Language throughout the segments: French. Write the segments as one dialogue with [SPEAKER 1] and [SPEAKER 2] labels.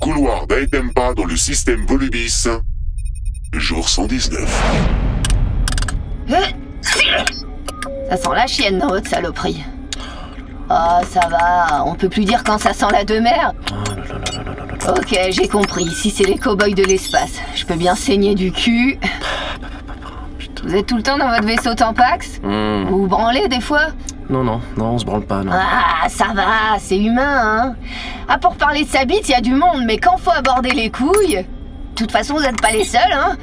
[SPEAKER 1] Couloir d'Aitempa dans le système Volubis. Jour 119.
[SPEAKER 2] Ça sent la chienne dans votre saloperie. Oh, ça va, on peut plus dire quand ça sent la demeure. Ok, j'ai compris. Ici, c'est les cow-boys de l'espace. Je peux bien saigner du cul. Vous êtes tout le temps dans votre vaisseau Tampax
[SPEAKER 3] Hmm.
[SPEAKER 2] Vous vous branlez des fois
[SPEAKER 3] Non, non, non, on se branle pas, non.
[SPEAKER 2] Ah, ça va, c'est humain, hein Ah, pour parler de sa bite, il y a du monde, mais quand faut aborder les couilles De toute façon, vous n'êtes pas les seuls, hein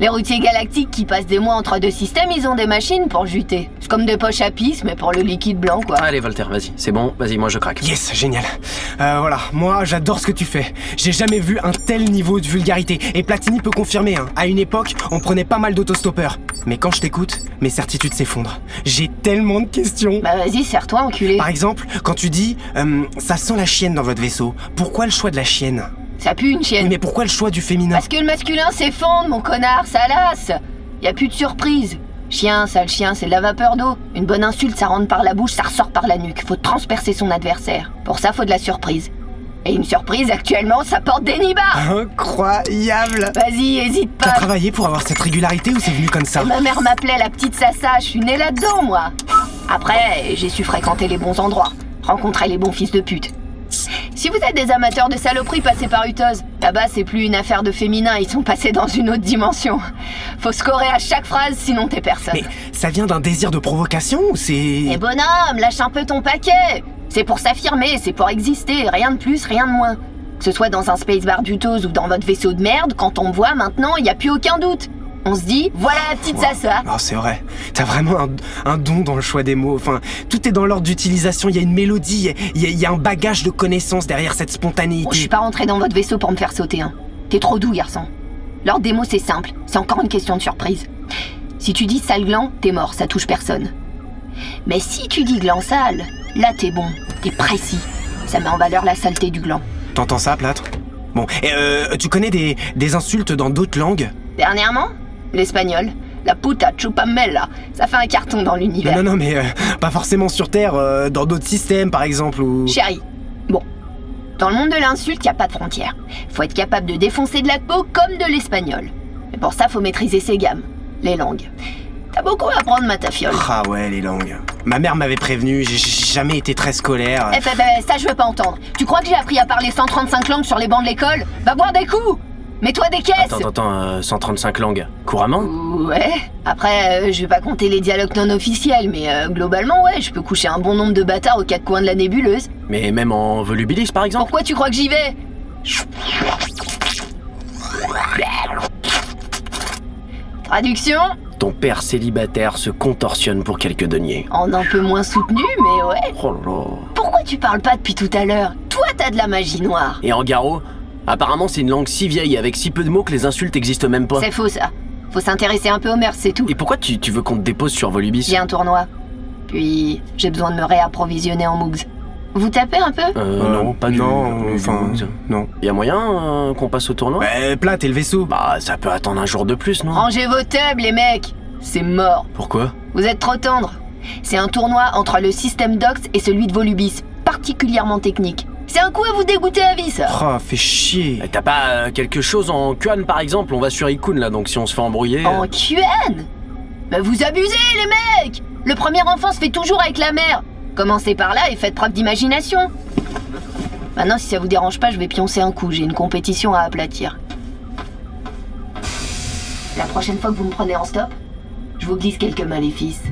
[SPEAKER 2] Les routiers galactiques qui passent des mois entre deux systèmes, ils ont des machines pour juter. C'est comme des poches à pisse, mais pour le liquide blanc, quoi.
[SPEAKER 3] Allez, Voltaire, vas-y, c'est bon, vas-y, moi je craque.
[SPEAKER 4] Yes, génial. Euh, voilà, moi j'adore ce que tu fais. J'ai jamais vu un tel niveau de vulgarité. Et Platini peut confirmer, hein. à une époque, on prenait pas mal d'autostoppeurs. Mais quand je t'écoute, mes certitudes s'effondrent. J'ai tellement de questions.
[SPEAKER 2] Bah vas-y, serre-toi, enculé.
[SPEAKER 4] Par exemple, quand tu dis euh, ça sent la chienne dans votre vaisseau, pourquoi le choix de la chienne
[SPEAKER 2] Ça pue une
[SPEAKER 4] Oui,
[SPEAKER 2] chienne.
[SPEAKER 4] Mais pourquoi le choix du féminin
[SPEAKER 2] Parce que le masculin s'effondre, mon connard, ça lasse Y a plus de surprise Chien, sale chien, c'est de la vapeur d'eau. Une bonne insulte, ça rentre par la bouche, ça ressort par la nuque. Faut transpercer son adversaire. Pour ça, faut de la surprise. Et une surprise, actuellement, ça porte des nibards
[SPEAKER 4] Incroyable
[SPEAKER 2] Vas-y, hésite
[SPEAKER 4] T'as
[SPEAKER 2] pas
[SPEAKER 4] travaillé pour avoir cette régularité ou c'est venu comme ça
[SPEAKER 2] Ma mère m'appelait la petite Sassa, je suis née là-dedans, moi Après, j'ai su fréquenter les bons endroits, rencontrer les bons fils de pute. Si vous êtes des amateurs de saloperies, passez par Utoz. Là-bas, c'est plus une affaire de féminin, ils sont passés dans une autre dimension. Faut scorer à chaque phrase, sinon t'es personne.
[SPEAKER 4] Mais ça vient d'un désir de provocation ou
[SPEAKER 2] Mais
[SPEAKER 4] c'est...
[SPEAKER 2] bonhomme, lâche un peu ton paquet C'est pour s'affirmer, c'est pour exister, rien de plus, rien de moins. Que ce soit dans un space bar d'Utoz ou dans votre vaisseau de merde, quand on me voit maintenant, il n'y a plus aucun doute. On se dit, voilà la petite Sassa
[SPEAKER 4] Non, Oh, c'est vrai. T'as vraiment un, un don dans le choix des mots. Enfin, tout est dans l'ordre d'utilisation. Il y a une mélodie, il y a, il y a un bagage de connaissances derrière cette
[SPEAKER 2] Bon, Oh, je suis
[SPEAKER 4] spontanéité.
[SPEAKER 2] pas rentrée dans votre vaisseau pour me faire sauter, hein. T'es trop doux, garçon. L'ordre des mots, c'est simple. C'est encore une question de surprise. Si tu dis sale gland, t'es mort, ça touche personne. Mais si tu dis gland sale, là t'es bon, t'es précis. Ça met en valeur la saleté du gland.
[SPEAKER 4] T'entends ça, Plâtre Bon, et euh, tu connais des, des insultes dans d'autres langues
[SPEAKER 2] Dernièrement, l'espagnol, la puta chupamela, ça fait un carton dans l'univers.
[SPEAKER 4] Non, non, mais euh, pas forcément sur Terre, euh, dans d'autres systèmes, par exemple, ou...
[SPEAKER 2] Chérie, bon. Dans le monde de l'insulte, y a pas de frontières. Faut être capable de défoncer de la peau comme de l'espagnol. Mais pour ça, faut maîtriser ses gammes, les langues. T'as beaucoup à apprendre, ma tafiole.
[SPEAKER 4] Ah ouais, les langues. Ma mère m'avait prévenu, j'ai j'ai jamais été très scolaire.
[SPEAKER 2] Eh ben, ben, ça, je veux pas entendre. Tu crois que j'ai appris à parler 135 langues sur les bancs de l'école Va boire des coups Mets-toi des caisses
[SPEAKER 3] Attends, attends, euh, 135 langues, couramment
[SPEAKER 2] Ouais. Après, euh, je vais pas compter les dialogues non officiels, mais euh, globalement, ouais, je peux coucher un bon nombre de bâtards aux quatre coins de la nébuleuse.
[SPEAKER 3] Mais même en volubilis, par exemple
[SPEAKER 2] Pourquoi tu crois que j'y vais Traduction
[SPEAKER 3] Ton père célibataire se contorsionne pour quelques deniers.
[SPEAKER 2] En un peu moins soutenu, mais ouais.
[SPEAKER 3] Oh là là.
[SPEAKER 2] Pourquoi tu parles pas depuis tout à l'heure Toi, t'as de la magie noire.
[SPEAKER 3] Et en garo Apparemment, c'est une langue si vieille, avec si peu de mots que les insultes existent même pas.
[SPEAKER 2] C'est faux, ça. Faut s'intéresser un peu aux mœurs, c'est tout.
[SPEAKER 3] Et pourquoi tu, tu veux qu'on te dépose sur Volubis
[SPEAKER 2] J'ai un tournoi. Puis, j'ai besoin de me réapprovisionner en Moogs. Vous tapez un peu
[SPEAKER 3] Euh,
[SPEAKER 4] Euh,
[SPEAKER 3] non, pas du
[SPEAKER 4] Non, enfin, non.
[SPEAKER 3] Y a moyen euh, qu'on passe au tournoi
[SPEAKER 4] Ouais, plat, t'es le vaisseau.
[SPEAKER 3] Bah, ça peut attendre un jour de plus, non
[SPEAKER 2] Rangez vos tables, les mecs C'est mort.
[SPEAKER 3] Pourquoi
[SPEAKER 2] Vous êtes trop tendre. C'est un tournoi entre le système Dox et celui de Volubis, particulièrement technique. C'est un coup à vous dégoûter à vie, ça
[SPEAKER 4] Oh, fais chier.
[SPEAKER 3] Eh, T'as pas euh, quelque chose en Kuan, par exemple On va sur Ikun, là, donc si on se fait embrouiller... euh,
[SPEAKER 2] En QN Mais vous abusez, les mecs Le premier enfant se fait toujours avec la mère. Commencez par là et faites preuve d'imagination. Maintenant, si ça vous dérange pas, je vais pioncer un coup. J'ai une compétition à aplatir. La prochaine fois que vous me prenez en stop, je vous glisse quelques maléfices.